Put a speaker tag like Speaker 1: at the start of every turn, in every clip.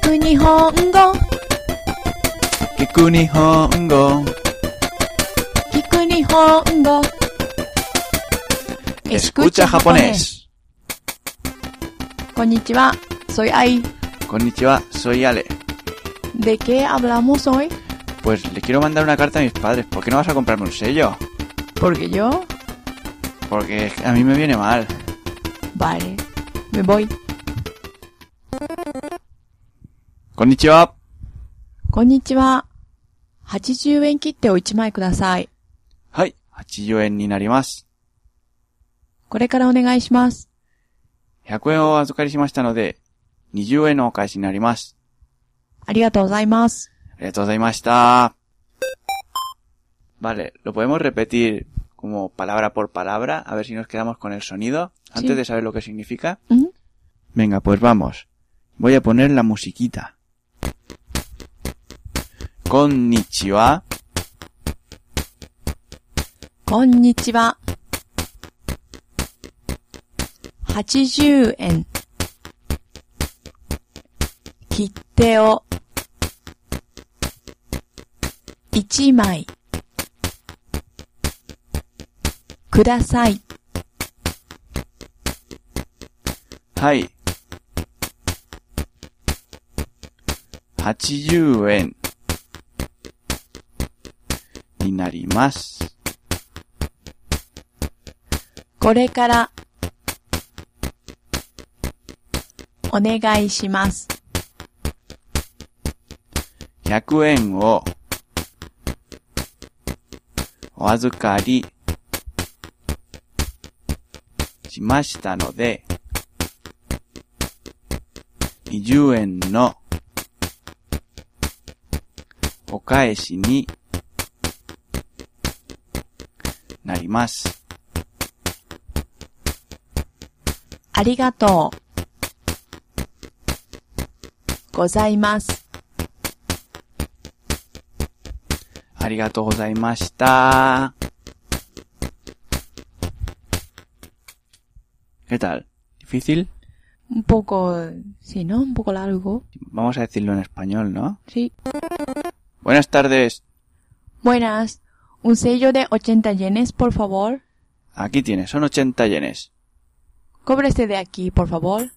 Speaker 1: く日本語
Speaker 2: 聞く日本語
Speaker 1: 聞く日本語
Speaker 2: Escucha japonés
Speaker 1: こんにちは Soy Ai
Speaker 2: Konnichiwa, soy Ale
Speaker 1: ¿De qué hablamos hoy?
Speaker 2: Pues le quiero mandar una carta a mis padres ¿Por qué no vas a comprarme un sello?
Speaker 1: Porque yo
Speaker 2: Porque a mí me viene mal
Speaker 1: Vale Me voy
Speaker 2: Konnichiwa
Speaker 1: こんにちは80円切手を1枚ください
Speaker 2: はい、80円になります
Speaker 1: これからお願いします
Speaker 2: 100円を預かりしましたので20円のお返しになります
Speaker 1: ありがとうございます
Speaker 2: ありがとうございました。Vale, lo podemos repetir como palabra por palabra, a ver si nos quedamos con el sonido, antes
Speaker 1: Sí.
Speaker 2: de saber lo que significa.
Speaker 1: ん
Speaker 2: Venga, pues vamos. Voy a poner la musiquita. Konnichiwa,
Speaker 1: こんにちは80円切手を1枚ください
Speaker 2: hai. 80円になります。
Speaker 1: これから、お願いします。
Speaker 2: 100円をお預かりしましたので、20円のお返しになります。
Speaker 1: ありがとう。ございます。
Speaker 2: ありがとうございました。¿Qué tal? ¿Difícil?
Speaker 1: Un poco, sí, ¿no? Un poco largo.
Speaker 2: Vamos a decirlo en español, ¿no?
Speaker 1: Sí.
Speaker 2: Buenas tardes.
Speaker 1: Buenas. Un sello de 80 yenes, por favor.
Speaker 2: Aquí tienes, son 80 yenes.
Speaker 1: Cóbrese de aquí, por favor.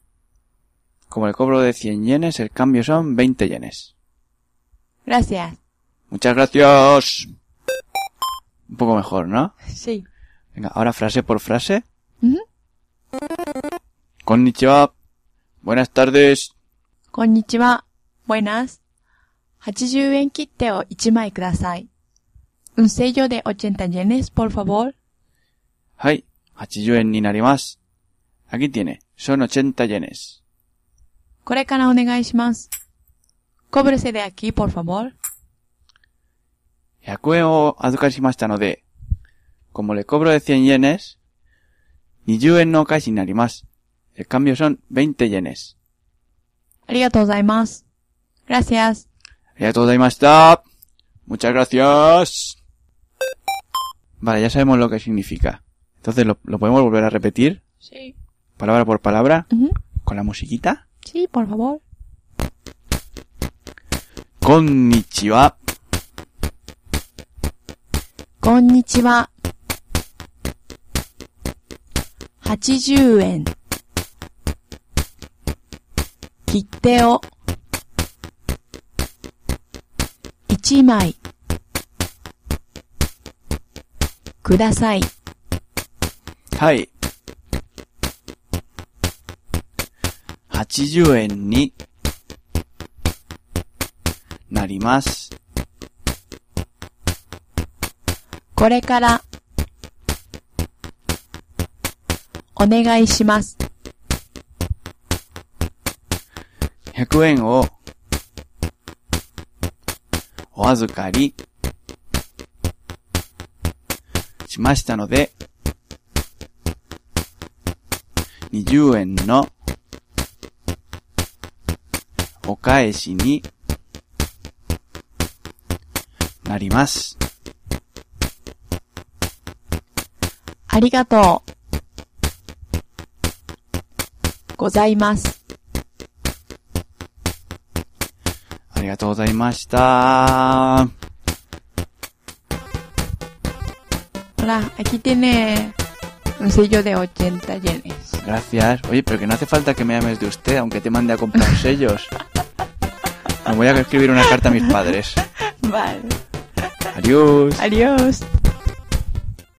Speaker 2: Como el cobro de 100 yenes, el cambio son 20 yenes.
Speaker 1: Gracias.
Speaker 2: Muchas gracias. Un poco mejor, ¿no?
Speaker 1: Sí.
Speaker 2: Venga, ahora frase por frase.
Speaker 1: Ujú.
Speaker 2: Konnichiwa. Buenas tardes.
Speaker 1: こんにちは。Buenas. 80円切手を1枚ください。Un sello de 80 yenes, por favor.
Speaker 2: Hai, hachiyuen ni narimas. Aquí tiene, son 80 yenes.
Speaker 1: これからお願いします。Cóbrese de aquí, por favor.
Speaker 2: 100円を預かりしましたので、como le cobro de 100 yenes, 20円のお返しになります。El cambio son 20 yenes.
Speaker 1: ありがとうございます。Gracias.
Speaker 2: ありがとうございました。Muchas gracias. Vale, ya sabemos lo que significa. Entonces, ¿lo, lo podemos volver a repetir?
Speaker 1: Sí.
Speaker 2: Palabra por palabra,
Speaker 1: Ujú.
Speaker 2: con la musiquita.
Speaker 1: Sí, por favor.
Speaker 2: Konnichiwa,
Speaker 1: こんにちは。80円。切手を。1枚。ください。
Speaker 2: はい。80円になります。
Speaker 1: これから、お願いします。
Speaker 2: 100円をお預かりしましたので、20円のお返しになります。
Speaker 1: ありがとう。ございます。
Speaker 2: がとうございました。
Speaker 1: Hola, Ah, aquí tiene un sello de 80 yenes.
Speaker 2: Gracias. Oye, pero que no hace falta que me llames de usted, aunque te mande a comprar sellos. Me voy a escribir una carta a mis padres.
Speaker 1: Vale.
Speaker 2: Adiós.
Speaker 1: Adiós.